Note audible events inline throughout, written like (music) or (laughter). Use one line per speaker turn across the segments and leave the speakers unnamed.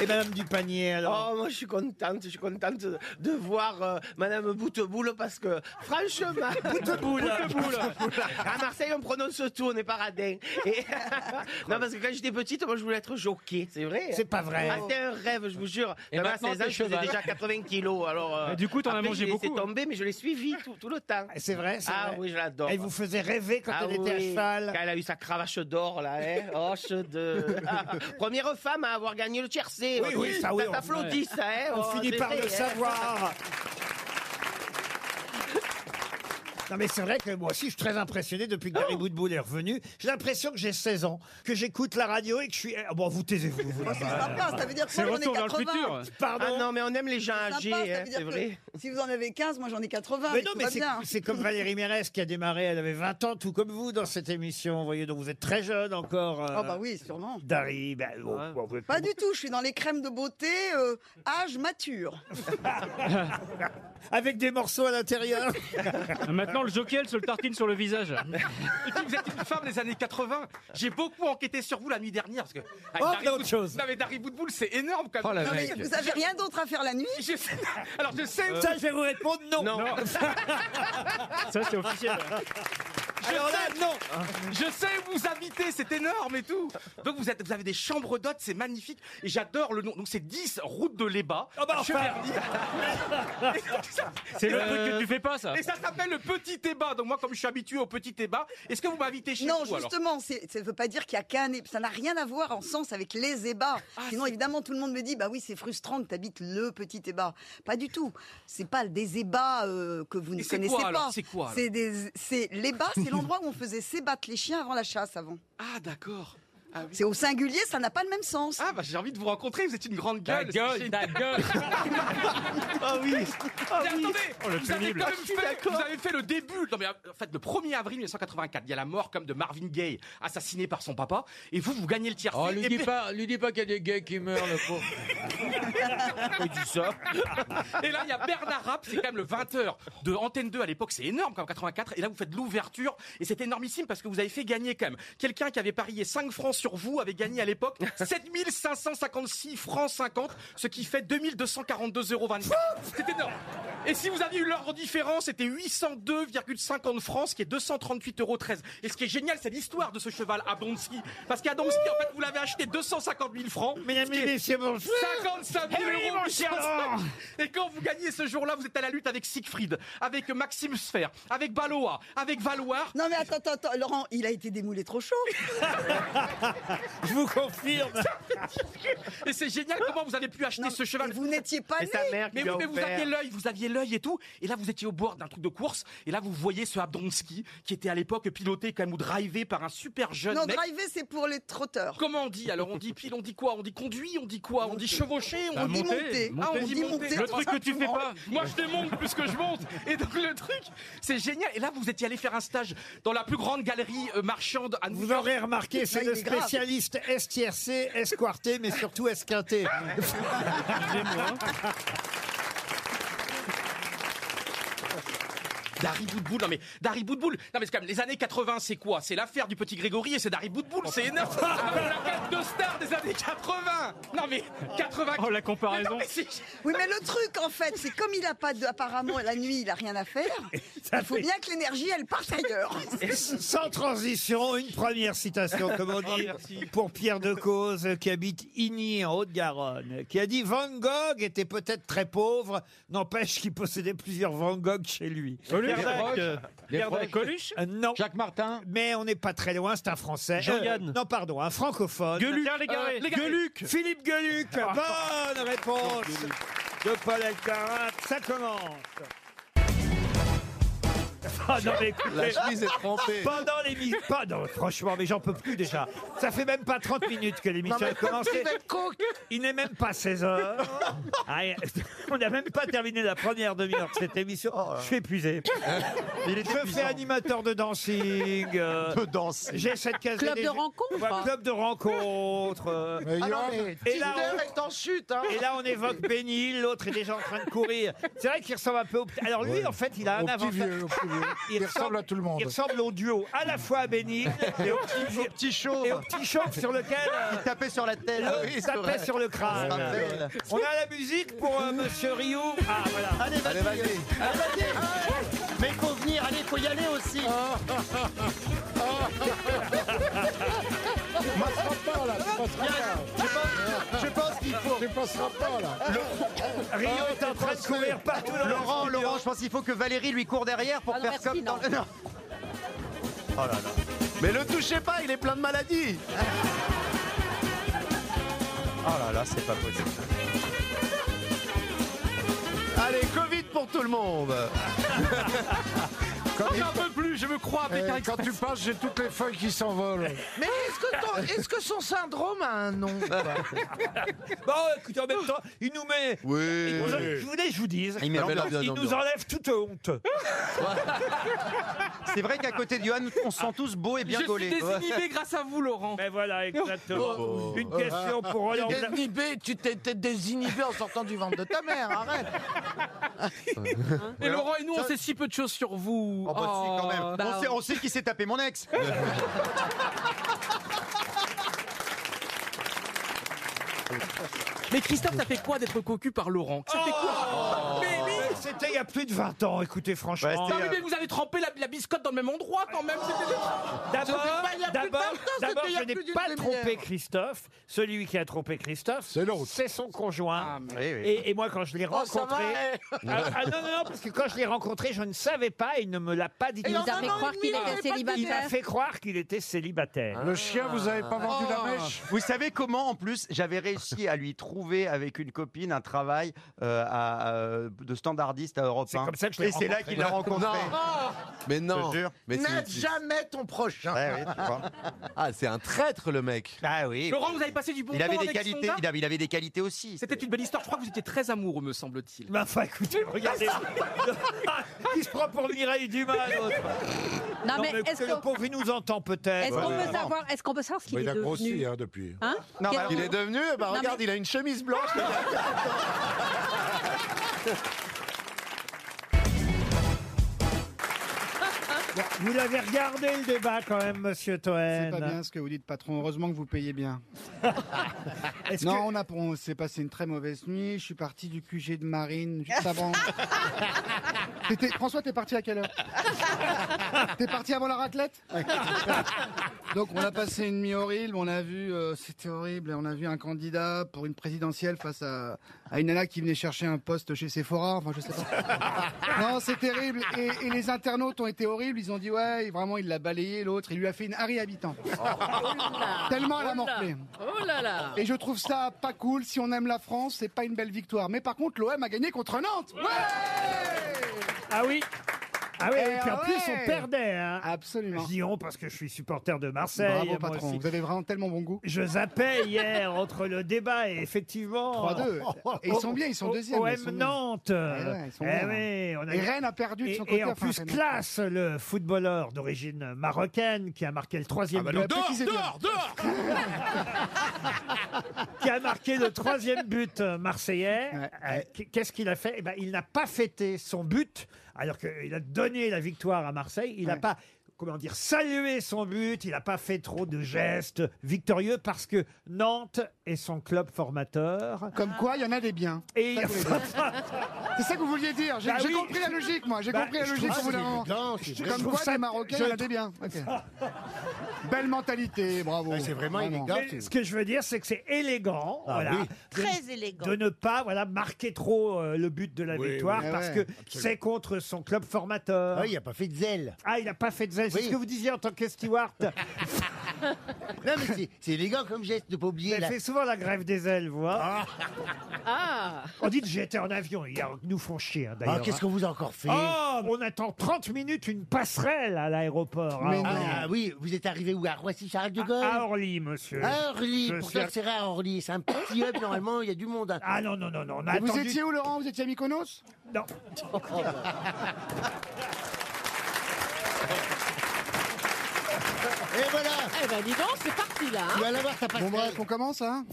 Et Madame Dupanier, alors
Oh, moi, je suis contente, je suis contente de, de voir euh, Madame Bouteboule parce que,
(laughs)
franchement, Bouteboule, à Marseille, on prononce tout, on n'est pas radin. Et- (laughs) non, parce que quand j'étais petite, moi, je voulais être jockey, c'est vrai.
C'est pas vrai.
Ah, c'était un rêve, je vous jure.
Et
Même à
maintenant,
16 ans,
t'es
je faisais
cheval.
déjà 80 kilos. Alors, euh,
Et du coup, t'en as
après,
mangé
je l'ai laissé
beaucoup, hein.
tomber, mais je l'ai suivi tout, tout le temps.
C'est vrai, c'est
Ah
vrai.
oui, je l'adore.
Elle vous faisait rêver quand
Ah
elle était à
oui, Quand
cheval.
elle a eu sa cravache d'or, là, hein. Hoche
(laughs)
de. (laughs) Ah, première femme à avoir gagné le tiercé.
Oui, oui, ça, oui, on-
t'applaudit, ça, hein.
On
Oh,
finit
c'est
par
vrai,
le
hein.
savoir. Non mais c'est vrai que moi aussi je suis très impressionné depuis
Oh.
que Gary Boutboul est revenu. J'ai l'impression que j'ai 16 ans, que j'écoute la radio et que je suis... Ah Bon, vous taisez-vous. vous,
C'est
là-bas.
sympa, ça veut dire
C'est
que moi j'en ai
retour vers le E
80.
futur.
Pardon.
Ah non, mais on aime les gens
Sympa,
âgés,
ça
hein,
veut dire
c'est
que
vrai.
Si vous en avez 15, moi j'en ai 80.
Mais
et
non,
tout
mais
va
c'est-
bien.
c'est comme Valérie Mérès qui a démarré, elle avait 20 ans, tout comme vous, dans cette émission. Vous voyez, donc vous êtes très jeune encore. euh,
Oh bah oui, sûrement.
Dari, bah, bon, bon, vous êtes-
Pas du tout, je suis dans les crèmes de beauté, euh, âge mature.
Avec des morceaux à l'intérieur.
(laughs) Maintenant, le jockey, elle se le tartine sur le visage.
Et puis vous êtes une femme des années 80. J'ai beaucoup enquêté sur vous la nuit dernière parce que. avec
Oh,
Dari
mais autre
Bout-
chose. Oh
Non mais Dari Boutboul, c'est énorme quand même.
Non, mais vous avez rien d'autre à faire la nuit
Je sais- Alors je sais,
Euh.
Ça, je vais vous répondre non.
Non. Ça, c'est officiel.
Alors là, non.
je sais où vous habitez, c'est énorme et tout. Donc vous êtes, vous avez des chambres d'hôtes, c'est magnifique. Et j'adore le nom. Donc c'est 10 route de l'Éba.
Oh, bah,
à
enfin.
Cheverny. Et donc, ça-
C'est le truc que tu fais
Ah.
pas, ça.
Et ça s'appelle le petit Éba. Donc moi, comme je suis habitué au petit Éba, est-ce que vous m'invitez chez
Non,
vous alors
justement, c'est- ça ne veut pas dire qu'il y a qu'un é- Ça n'a rien à voir en sens avec les ébats.
Ah,
Sinon, évidemment, tout le monde me dit, bah oui, c'est frustrant que tu habites le petit ébat. Pas du tout. C'est pas des ébats euh, que vous ne
Et c'est
connaissez
quoi,
pas.
alors C'est quoi, alors
C'est des- c'est- l'ébat, c'est l'endroit où on faisait s'ébattre les chiens avant la chasse, avant.
Ah d'accord. Ah, oui.
C'est au singulier, ça n'a pas le même sens.
Ah bah j'ai envie de vous rencontrer, vous êtes une grande gueule. c'est génial.
gueule.
Ah
Mais attendez,
Oh, le
vous, avez
pénible.
quand même fait, vous avez fait le début. Non, mais euh, en fait, le 1er avril 1984, il y a la mort comme de Marvin Gaye, assassiné par son papa. Et vous, vous gagnez le tiers.
Oh, lui dis pas, lui dis pas qu'il y a des gays qui meurent, le pauvre.
Et là, il y a Bernard Rapp, c'est quand même le 20h de Antenne 2 à l'époque, c'est énorme comme 84. Et là, vous faites l'ouverture, et c'est énormissime parce que vous avez fait gagner quand même. Quelqu'un qui avait parié 5 francs sur vous avait gagné à l'époque 7556 francs 50, ce qui fait 2242,24 euros. C'est énorme. Et si vous aviez eu l'ordre différent, c'était 802,50 francs, ce qui est 238,13 euros. Et ce qui est génial, c'est l'histoire de ce cheval à Donski. Parce qu'à Donski, en fait, vous l'avez acheté 250 000 francs.
Mesdames
ce qui
et
est-
messieurs, bonjour.
55 000
Eh oui,
euros
mon
plus
cher
35.
Laurent.
Et quand vous gagnez ce jour-là, vous êtes à la lutte avec Siegfried, avec Maxime Sfer, avec Baloa, avec Valoir.
Non mais attends, attends, attends, Laurent, il a été démoulé
(laughs)
trop chaud.
Je vous confirme.
Et c'est génial comment vous avez pu acheter
Non,
ce cheval.
mais Vous n'étiez pas
Et
né.
sa mère qui
Mais
lui
oui,
a
mais vous
offert.
aviez l'œil, vous aviez l'œil et tout. Et là, vous étiez au bord d'un truc de course. Et là, vous voyez ce Abdonski qui était à l'époque piloté quand même ou drivé par un super jeune
Non,
mec.
driver, c'est pour les trotteurs.
Comment on dit Alors, on dit pile, on dit quoi On dit conduit, on dit quoi On dit chevauché, on
On
dit
dit
Bah, monter,
monter.
monter.
Ah,
on
on
dit
dit
monter.
monter.
Le truc que tu fais pas.
Moi, je démonte plus que je monte. Et donc, le truc, c'est génial. Et là, vous étiez allé faire un stage dans la plus grande galerie euh, marchande à New
Vous
York.
aurez remarqué, c'est
Non,
le
il est grave.
spécialiste STRC, esquarté, mais surtout esquinté.
Dari Boudboul. Non, mais Dari Boudboul. Non, mais c'est quand même les années 80, c'est quoi C'est l'affaire du petit Grégory et c'est Dari Boudboul. C'est énorme. Ah, mais on a quand même deux stars des années 80. Non, mais 80.
Oh, la
Mais non,
comparaison.
mais c'est-
Oui, mais le truc, en fait, c'est comme il a pas de, apparemment, la nuit, il a rien à faire. Il faut bien que l'énergie, elle parte
(laughs)
ailleurs.
Sans transition, une première citation, comme on dit, pour Pierre Decauze, qui habite Igny, en Haute-Garonne, qui a dit Van Gogh était peut-être très pauvre, n'empêche qu'il possédait plusieurs Van Gogh chez lui.
Coluche.
proches.
euh,
Des
Pierre de-
proches.
Coluche.
Euh, non,
Jacques Martin,
mais on n'est pas très loin, c'est un Français. Euh,
Jean-Yann.
non, pardon, un francophone.
Gueuluc.
Euh,
Légaré.
Légaré.
Gueuluc.
Philippe Gueluc, Ah. bonne réponse de Paul Alcarat, ça commence. (laughs) Ah non mais écoutez,
chemise est trempée.
pendant l'émission, pas- non, franchement, mais j'en peux plus déjà. Ça fait même pas 30 minutes que l'émission a commencé. Il n'est même pas 16
(laughs)
heures. Ah, et- (laughs) on n'a même pas terminé la première demi-heure de cette émission.
Oh
Je suis
(laughs)
épuisé. je fais animateur de dancing.
(laughs)
euh,
De danse.
j'ai cette case
Club
des-
de rencontre,
Ouais,
hein.
Club de rencontre. euh,
Ah
et là, on-
est en chute, hein.
et là, on
Ah,
évoque Benny, l'autre est déjà en train de courir. C'est vrai qu'il ressemble un peu au... p- Alors lui, en fait, il a un avantage...
(laughs)
voyez. Il, ressemble à tout le monde. Il ressemble au duo, à la fois à Bénigne et au petit, chauve. Et au petit chauve sur lequel. il tapait sur la tête.
Ah oui,
il
c'est
tapait
vrai.
sur le crâne.
On se rappelle.
On a la musique pour euh, Monsieur Rio. Ah voilà.
Allez, vas-y. Allez, vas-y. Ah, Mais faut venir, allez, faut y aller
(laughs)
aussi.
passeras pas là, tu passeras pas.
Je pense qu'il faut.
Tu passeras pas là.
Ah,
Rio est en train de courir partout dans le
Laurent,
studio.
Laurent, je pense qu'il faut que Valérie lui court derrière pour
Ah non,
faire
merci,
comme dans
non.
le. non. Oh là là. Mais le touchez pas, il est plein de maladies. Oh là là, c'est pas possible. Allez, Covid pour tout le monde.
J'en peux plus, je me crois avec
Eh, Quand tu passes, j'ai toutes les feuilles qui s'envolent.
Mais est-ce que, ton- est-ce que son syndrome a un nom
Bon, écoutez, en même temps, il nous met.
Oui.
il nous en- Je voulais que je vous dise.
Ah, Il met l'ambiance.
il nous enlève toute honte.
C'est vrai qu'à côté de Johan, on se sent tous beaux et bien
Je suis
gaulés.
désinhibé grâce à vous, Laurent.
Mais voilà, exactement. Une question pour Roland. Bla-
Désinhibé, tu t'étais désinhibé en sortant du ventre de ta mère, arrête.
Et Laurent et nous, on sait si peu de choses sur vous.
Oh, bah, si, quand
Oh.
même. on, sait, on sait qui s'est tapé mon ex.
Mais Christophe, ça fait quoi d'être cocu par Laurent Ça fait
Oh.
quoi mais, oui.
C'était il y a plus de 20 ans, écoutez, franchement.
Non, mais, mais vous avez trempé la, la biscotte dans le même endroit quand même. C'était des-
D'abord,
Ah, pas il y a plus
d'abord,
de 20 ans, c'était
d'abord,
il y a
je n'ai
plus d'une
pas
demi-heure.
trompé Christophe. Celui qui a trompé Christophe, c'est son
Ah,
conjoint.
Oui, oui.
Et, et moi, quand je l'ai
Oh,
rencontré,
eh.
(laughs) ah, ah, non, non, non, parce que quand je l'ai rencontré, je ne savais pas. Il ne me l'a pas dit.
Il nous a fait croire qu'il était
Il m'a
célibataire.
fait croire qu'il était célibataire.
Le chien, vous avez pas vendu
Oh.
la mèche
Vous savez comment, en plus, j'avais réussi à lui trouver avec une copine un travail euh, à, euh, de standardiste à Europe
C'est
1.
comme ça que je l'ai
Et c'est là
rencontré.
qu'il l'a rencontré.
Mais non.
Je te jure.
Mais
N'aide
c'est-
jamais ton
hein.
prochain.
Ouais, oui, tu vois.
Ah, c'est un traître le mec.
Ah oui.
Laurent, vous avez passé du bon
Il
temps
avait des
avec son
qualités.
gars
Il avait, il avait des qualités aussi.
C'était une belle histoire. Je crois que vous étiez très amoureux, me semble-t-il.
Mais
Bah,
enfin, écoutez, regardez.
(laughs)
il se prend pour Mireille Dumas, l'autre.
Non,
Non,
mais
mais
est-ce
écoutez, le
qu'on
pauvre, il nous entend
est-ce
peut-être.
qu'on peut savoir, est-ce qu'on peut savoir ce qu'il
Mais
est
il a grossi
devenu
hein, depuis.
Hein
Non,
Quel-
bah,
Il est devenu, bah
Non,
regarde,
mais-
il a une chemise blanche. le gars.
Vous l'avez regardé le débat quand même, monsieur Toen.
C'est pas bien ce que vous dites, patron. Heureusement que vous payez bien.
Est-ce
Non, on, a, on s'est passé une très mauvaise nuit. Je suis parti du QG de Marine juste avant. T'étais- François, t'es parti à quelle heure T'es parti avant la raclette Ouais. (laughs) Donc, on a passé une nuit horrible. On a vu, euh, c'était horrible. On a vu un candidat pour une présidentielle face à, à une nana qui venait chercher un poste chez Sephora. Enfin, je sais pas. Non, c'est terrible. Et, et les internautes ont été horribles. Ils ont dit, ouais, vraiment, il l'a balayé, l'autre. Il lui a fait une Harry Habitant. Tellement à la morflée.
Oh là là
Et je trouve ça pas cool. Si on aime la France, c'est pas une belle victoire. Mais par contre, l'OM a gagné contre Nantes. Ouais
Ah oui Ah oui,
Eh
et puis en
ouais. Ah,
plus, on perdait. Hein.
Absolument.
Lyon, parce que je suis supporter de Marseille.
Bravo,
moi
patron.
aussi.
Vous avez vraiment tellement bon goût.
Je zappais hier entre le débat et effectivement.
3-2. Et ils
Oh,
sont bien, ils sont
O-
deuxièmes. ils sont
OM
bien.
Nantes.
ouais, ils sont
Eh
bons, hein.
oui, on a
Et Rennes a perdu de
Et,
son
et
côté.
en
enfin,
plus,
Rennes.
classe le footballeur d'origine marocaine qui a marqué le troisième
bah,
but,
le dehors, dehors,
qui a marqué le troisième but euh, marseillais.
Ouais,
Euh, qu- Qu'est-ce qu'il a fait Eh ben, il n'a pas fêté son but alors qu'il a donné la victoire à Marseille. Il n'a
Ouais.
pas comment dire salué son but. Il n'a pas fait trop de gestes victorieux parce que Nantes est son club formateur.
Comme quoi, il y en a des biens.
Et
Ça, vous voulez dire. C'est ça que vous vouliez dire. J'ai
Bah
j'ai
oui.
compris la logique, moi. J'ai
Bah,
compris la
je
logique
trouve
au bout d'un moment.
je
Comme
trouve
quoi,
ça-
les Marocains,
je
il y en a des biens. Ok. Belle mentalité, bravo.
c'est vraiment
Vraiment.
élégant.
Mais ce que je veux dire, c'est que c'est élégant, voilà,
oui.
Ah de-
Très élégant.
de ne pas voilà marquer trop euh, le but de la
Oui,
victoire
oui.
parce
Ah
que
ouais,
c'est contre son club formateur.
n'y a pas fait de zèle.
Ah, il n'a pas fait de zèle. C'est
Oui.
ce que vous disiez en tant que
(laughs)
steward.
Non, mais c'est- c'est élégant comme geste de pas
Il
oublier. la-
fait souvent la grève des ailes, vous voyez.
Ah
On dit que j'étais en avion hier. Ils Nous font chier, hein, d'ailleurs.
Ah, qu'est-ce qu'on vous a encore fait
Oh, on attend 30 minutes une passerelle à l'aéroport.
Mais
hein.
non.
Ah oui, vous êtes arrivé où À Roissy-Charles de Gaulle
à Orly, monsieur.
Hein
À Orly,
Ah, Je suis
pourtant
à-
c'est rare Orly, Ah, c'est un petit hub normalement, il y a du monde.
Ah non, non, non, non. On a
Et Vous
attendu-
étiez où, Laurent Vous étiez à Mykonos
Non.
Et voilà,
Eh ben dis donc, c'est parti là hein.
Ah, eh ben,
vas l'avoir ta
Bon, bref, on commence, hein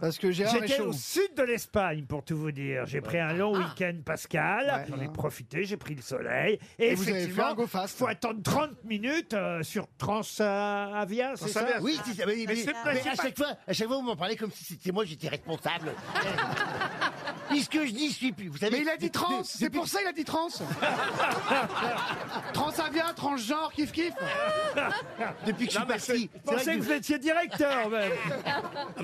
Parce que Gérard est
J'étais
chaud.
au sud de l'Espagne, pour tout vous dire. J'ai pris un long week-end pascal, j'en ai profité, j'ai pris le soleil. Et,
Et vous avez fait un
effectivement,
go
il faut attendre 30 minutes euh, sur Transavia, c'est ça
Oui, c'est ça. Mais, mais-
c'est
mais à,
principal.
chaque fois, à chaque fois, vous m'en parlez comme si c'était moi, j'étais
(laughs)
responsable. Puisque je dis, je suis plus. Vous savez,
Mais il a dit
depuis-
trans,
depuis-
c'est pour ça il a dit trans. Transavia, transgenre, kiff kiff.
Depuis que je suis parti.
Je pensais que vous étiez directeur, même.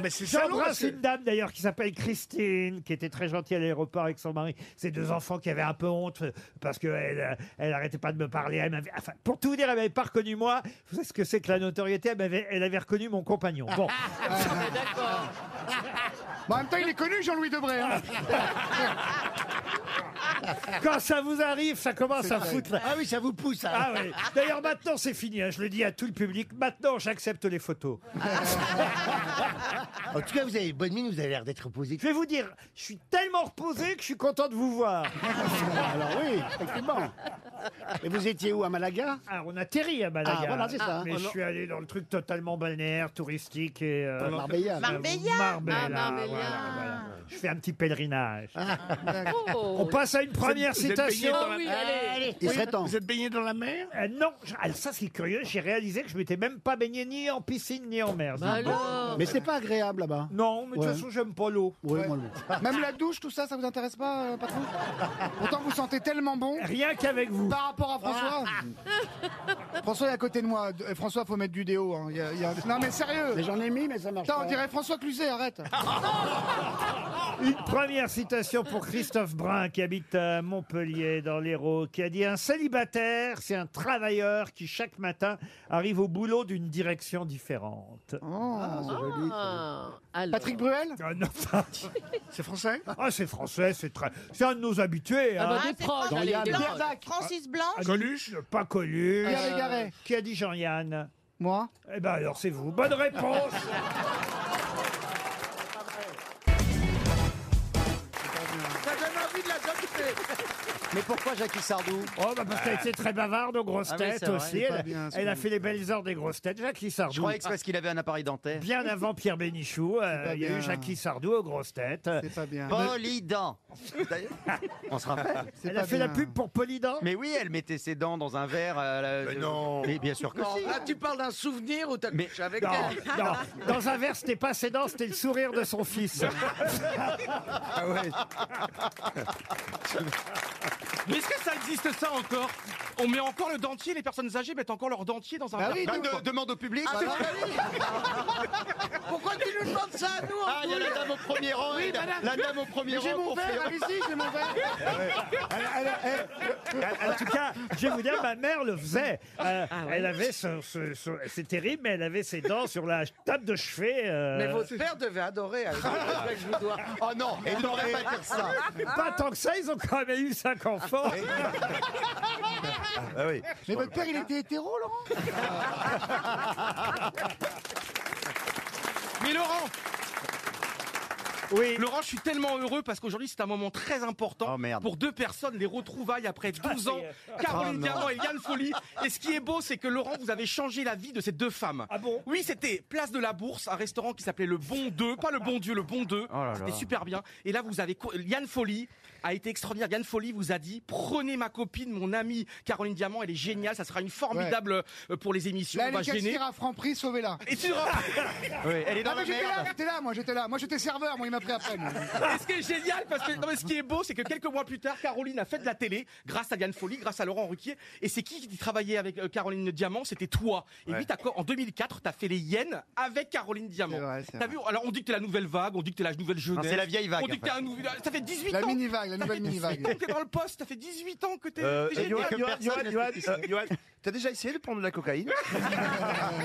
mais c'est salaud,
J'embrasse
c'est-
une dame, d'ailleurs, qui s'appelle Christine, qui était très gentille à l'aéroport avec son mari. Ses deux enfants qui avaient un peu honte parce qu'elle euh, elle arrêtait pas de me parler. Elle m'avait- enfin, pour tout vous dire, elle m'avait pas reconnu moi. Vous savez ce que c'est que la notoriété elle, m'avait- elle avait reconnu mon compagnon.
(laughs)
Bon.
Bon, en même temps, il est connu, Jean-Louis Debré. hein.
Quand ça vous arrive, ça commence
C'est
à
vrai.
foutre.
Ah oui, ça vous pousse. hein.
Ah oui. D'ailleurs, maintenant, c'est fini. hein. Je le dis à tout le public. Maintenant, j'accepte les photos.
En tout cas, vous avez bonne mine, vous avez l'air d'être reposé.
Je vais vous dire, je suis tellement reposé que je suis content de vous voir.
Ah, Alors oui, effectivement. Et vous étiez où à Malaga
Alors, on atterrit à Malaga.
Ah, voilà, c'est ça.
Mais
Oh,
je
non.
suis allé dans le truc totalement balnéaire, touristique et. euh,
Dans Marbella.
euh,
Marbella
Marbella,
Ah, Marbella.
voilà, voilà. Je fais un petit pèlerinage.
Ah,
Oh.
On passe à une première
Vous êtes baigné
citation.
dans la-
Oui, allez.
Il serait temps.
Vous êtes baigné dans la mer
Euh, non, je- ah, ça c'est curieux, j'ai réalisé que je m'étais même pas baigné ni en piscine ni en mer.
Bah
Dis donc.
alors
Mais c'est pas agréable là-bas.
Non, mais de
Ouais.
toute façon, j'aime pas l'eau.
Ouais, moi, le- Même la douche, tout ça, ça vous intéresse pas, euh, patron Pourtant, vous sentez tellement bon
Rien qu'avec vous.
par rapport à François. François est à côté de moi. De- eh, François, faut mettre du déo. hein. Il y a- il y a- Non, mais sérieux. Mais j'en ai mis, mais ça marche pas. On dirait François Cluzet, arrête.
Une première citation pour Christophe Brun qui habite à Montpellier dans l'Hérault qui a dit un célibataire c'est un travailleur qui chaque matin arrive au boulot d'une direction différente.
Ah, alors.
Patrick Bruel
Ah non, ça-
C'est français
ah, c'est français, c'est très- c'est un de nos habitués. hein.
Ah, bah, des proches, allez, des
Pierre
proches.
Dac.
Francis
Ah,
Blanche,
Coluche, pas Coluche.
Pierre
Ah, bah,
Légaré.
Qui a dit Jean-Yann
Moi
Eh ben alors c'est vous. Bonne réponse.
Ça donne envie de la adopter.
Ah. Mais pourquoi Jackie Sardou
Oh bah parce qu'elle était très bavarde aux grosses
Ah oui,
têtes
c'est vrai,
aussi.
il est pas
Elle,
bien, ce
elle a
mec.
fait les belles heures des grosses têtes. Jacques Sardou.
Je croyais que c'est parce qu'il avait un appareil dentaire.
Bien avant Pierre Bénichou, euh,
pas
il y a
bien.
eu Jackie Sardou aux grosses têtes.
C'est pas bien.
Polydent. D'ailleurs, On se
(laughs)
rappelle.
C'est
Elle
pas
a fait
bien.
la pub pour Polydent
Mais oui, elle mettait ses dents dans un verre. euh, la-
Mais
de-
non.
Mais bien sûr que si.
Ah
Là, tu parles d'un souvenir ou t'as
Mais-
couché avec
non,
elle
non. Dans un verre, c'était pas ses dents, c'était le sourire de son fils.
Mais est-ce que ça existe ça encore On met encore le dentier, les personnes âgées mettent encore leur dentier dans un
Bah
verre
(laughs)
oui,
d'eau,
donc-
quoi.
demande au public.
Pourquoi tu nous demandes ça à nous en
Ah, il y a la dame au premier rang.
Oui,
et la-
madame.
la dame au premier
Mais j'ai
rang.
mon
pour
verre,
faire-
Eh, allez-y, j'ai mon verre.
en tout cas, je vais vous dire, ma mère le faisait. Euh, Elle avait ce, ce- ce- c'est terrible, mais elle avait ses dents sur la table de chevet. euh,
Mais votre père devait adorer. avec le respect que je vous dois.
Oh non, elle n'aurait pas dire ça.
Pas tant que ça, ils ont quand même eu cinq enfants.
Ah oui.
Mais votre père, il était hétéro, Laurent
Mais Laurent,
Oui.
Laurent, je suis tellement heureux parce qu'aujourd'hui c'est un moment très important
Oh, merde.
pour deux personnes, les retrouvailles après
Ah,
12 ans, Caroline
Oh, non.
Diamant et Yann Folly. Et ce qui est beau, c'est que Laurent, vous avez changé la vie de ces deux femmes.
Ah bon
Oui, c'était Place de la Bourse, un restaurant qui s'appelait Le Bon 2, pas Le Bon Dieu, Le Bon 2.
Oh là là.
C'était super bien. Et là, vous avez co- Yann Folly a été extraordinaire. Yann Folly vous a dit prenez ma copine, mon amie Caroline Diamant, elle est géniale, ça sera une formidable euh, pour les émissions.
Là,
on va
elle
se gêner.
est à Franprix, sauvez-la.
Et tu
Oui, elle est dans
Ah,
la
mais j'étais là,
merde.
j'étais là, moi, j'étais là. Moi, j'étais serveur, moi, il m'a pris après. moi.
Et ce qui est génial, parce que non, mais ce qui est beau, c'est que quelques mois plus tard, Caroline a fait de la télé grâce à Yann Folly, grâce à Laurent Ruquier. Et c'est qui qui travaillait avec euh, Caroline Diamant C'était toi. Et puis, t'as co- en 2004, t'as fait les Yens avec Caroline Diamant.
C'est vrai, c'est
T'as vu Alors, on dit que t'es la nouvelle vague, on dit que t'es la nouvelle jeunesse.
c'est la vieille vague,
On dit que t'es
en fait.
un nouvel. Ça fait 18
La
ans.
mini-vague, la nouvelle
que
(laughs) mini-vague.
T'es dans le poste, ça fait 18 ans que t'es.
Euh,
t'es
Johan,
génial.
Johan, Johan, Johan, euh, Johan, t'as déjà essayé de prendre de la cocaïne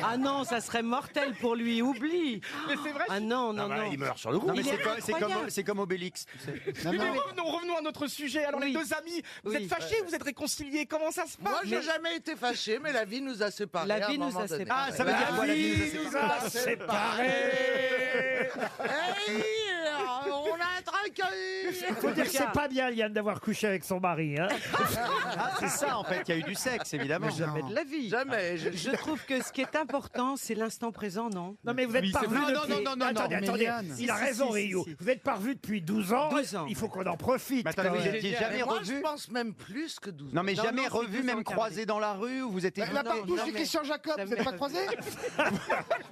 Ah non, ça serait mortel pour lui, oublie.
Mais c'est vrai.
Ah non, non,
bah,
non.
Il meurt sur le coup.
Non, mais
Il
c'est
est
comme, c'est comme-
incroyable.
c'est comme Obélix. tu sais.
Non,
Mais
non.
revenons, revenons à notre sujet. Alors, les
Oui.
deux amis, vous
Oui.
êtes fâchés, vous êtes réconciliés. Comment ça se passe
Moi, j'ai
Mais-
jamais été fâché, mais la vie nous a séparés.
La
à un
vie nous
moment
a
donné.
bah
séparés.
Ça veut dire quoi la vie
Eh,
nous a séparés.
Hey,
Alors, on l'a traqué
Faut dire que c'est pas bien, Liane, d'avoir couché avec son mari. hein.
Ah, c'est ça, en fait. Il y a eu du sexe, évidemment.
Mais jamais de la vie. Jamais. Je, je trouve que ce qui est important, c'est l'instant présent, non
Non, mais vous êtes parvenu
Non,
depuis...
non, non, non,
attendez,
non,
attendez.
Méliane.
Il a
Si, si,
raison,
si,
Rio.
si, si.
Vous êtes parvenu depuis 12 ans.
12 ans.
Il faut qu'on en profite.
attendez, vous étiez jamais
euh,
Moi,
revu
je pense même plus que 12
Non, mais
ans.
jamais
c'est
revu,
12
même
ans
croisé dans la rue, où vous étiez.
Bah, il a pas touché Christian
Jacob, vous êtes pas croisé
Ouais,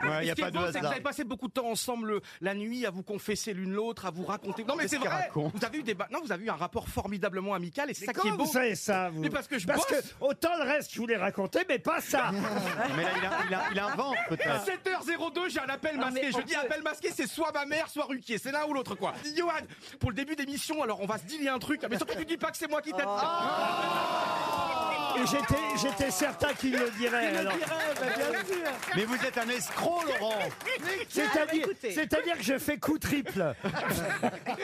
il Ah, y a
Ce qui est
pas de
beau, c'est que vous
hasard.
avez passé beaucoup de temps ensemble euh, la nuit à vous confesser l'une l'autre, à vous raconter. Non, mais
Qu'est-ce
c'est
qu'il
vrai.
raconte
Vous avez eu des ba- non, vous avez eu un rapport formidablement amical et c'est ça
Comment
qui est beau.
vous savez ça, vous
Mais parce que je
Parce
bosse.
que autant le reste, je vous l'ai raconté, mais pas ça.
Mais là, il, a- il a- il
(laughs)
invente
À
peut-être.
7h02, j'ai un appel
Non,
masqué.
mais
Je
on
dis
peut-
appel masqué, c'est soit ma mère, soit Ruquier. C'est l'un ou l'autre, quoi. Dis, Johan, pour le début d'émission, alors on va se dealer un truc. Mais surtout, tu dis pas que c'est moi qui
Oh.
t'aime.
Et j'étais- J'étais certain qu'il le dirait. ben, alors. Euh,
Mais vous êtes un escroc,
(laughs)
Laurent.
C'est-à-dire c'est-à-dire que je fais coup triple.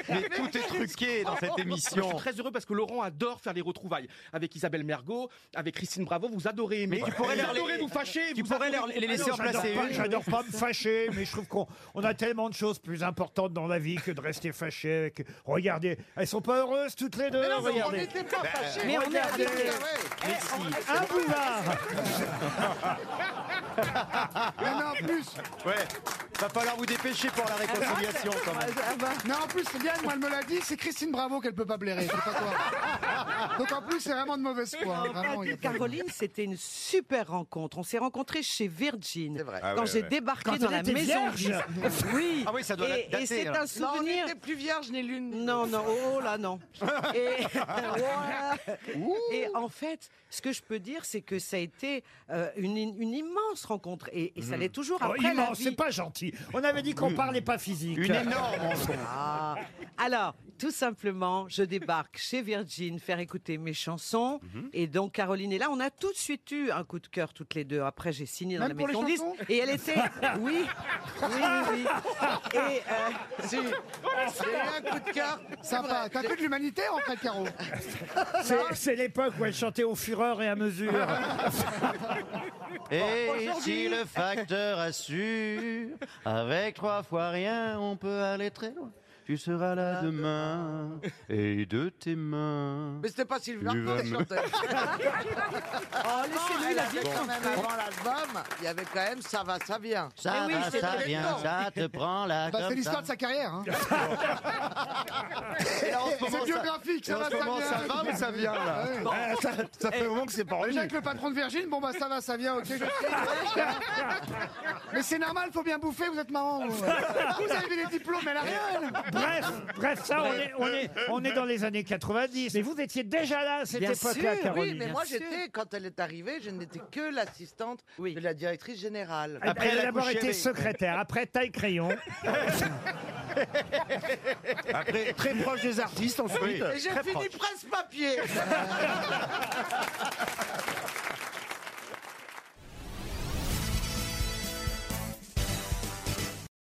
Mais tout est truqué dans
(laughs)
cette
Je suis
émission.
très heureux parce que Laurent adore faire les retrouvailles avec Isabelle Mergot, avec Christine Bravo. Vous adorez aimer.
Mais tu pourrais
vous
leur les-
adorez vous fâcher.
tu
vous
pourrais
adorez-
leur- les
Ah non,
laisser en
j'adore
placer
pas,
une.
J'adore.
J'adore pas me fâcher, mais je trouve qu'on on a tellement de choses plus importantes dans la vie que de rester fâché. avec- Regardez, elles sont pas heureuses toutes les deux.
Mais non, mais on
regardez.
n'était pas
Ben, euh,
fâchés.
Mais on est
regardez.
habitués, ouais.
Mais si. Un boulevard.
Non, non, en plus,
Ouais. Va falloir vous dépêcher pour la réconciliation, quand même.
non, en plus, c'est bien, moi, elle me l'a dit, c'est Christine Bravo qu'elle peut pas blairer, c'est pas toi. Donc en plus, c'est vraiment de mauvaise foi. hein,
Non, pas
vraiment,
du
il y a
tout. Caroline, c'était une super rencontre. On s'est rencontrés chez Virgin.
Ah
Quand
ouais,
j'ai
ouais.
débarqué
Quand
dans
elle
la
était
maison.
vierge.
disque. (laughs) oui.
Ah oui, ça doit
et,
dater,
et c'est
alors.
un
hein. Non, on
souvenir.
n'était plus vierge ni l'une.
Non, non, oh, oh,
(laughs)
là, non. Et, (laughs) et en fait, ce que je peux dire, c'est que ça a été euh, une, une immense rencontre. Et, et ça
Mmh.
l'est toujours
Oh,
après la
immense,
vie.
c'est pas gentil. On avait dit qu'on parlait pas physique.
Mmh. Une énorme
Ah. Alors, tout simplement, je débarque chez Virgin, faire écouter mes chansons. Et donc, Caroline est là. On a tout de suite eu un coup de cœur toutes les deux. Après, j'ai signé dans la
Même pour les
maison de disque.
chansons
Et elle était.
(laughs)
Oui.
(laughs)
Oui, oui, oui. Et, euh,
J'ai eu un coup de cœur.
Sympa. T'as fait de l'humanitaire, en fait,
(laughs)
Caro.
C'est- C'est l'époque où elle chantait au fureur et à mesure.
Et
Aujourd'hui-
si le facteur assure, avec trois fois rien, on peut aller très loin. Tu seras là demain, et de tes mains.
Mais c'était pas Sylvain
Tu vas
Armand qui
me-
chantait.
(laughs) oh, laissez-le, il a bien
Quand même,
chanté.
avant l'album, il y avait quand même Ça va, ça vient.
Eh
Ça
oui,
va,
c'est
ça
très
vient,
bien.
ça te prend la
Bah,
comme
c'est l'histoire de
ça.
sa carrière. hein.
Et là, en ce
C'est
moment, ça-
biographique,
et
ça
en
va,
ce
ça
moment,
vient.
ça va ou ça vient, là
Ouais.
Ah, ça, ça fait un moment que c'est pas
Déjà
revenu.
avec le patron de Virgin, bon bah ça va, ça vient,
(laughs)
ok, je sais. Mais c'est normal, faut bien bouffer, vous êtes marrant. Vous, Vous avez des diplômes, mais elle a rien, elle.
Bref, bref, ça, on est, on, est, on est dans les années 90. Mais vous étiez déjà là à cette
Bien
époque-là,
sûr,
Caroline.
Oui, mais
bien
moi
sûr.
j'étais, quand elle est arrivée, je n'étais que l'assistante
Oui.
de la directrice générale.
Elle-
Après,
elle
elle
a
a
d'abord
couché
été
avec-
secrétaire, après taille crayon.
Après, très proche des artistes ensuite.
Et j'ai fini presse papier.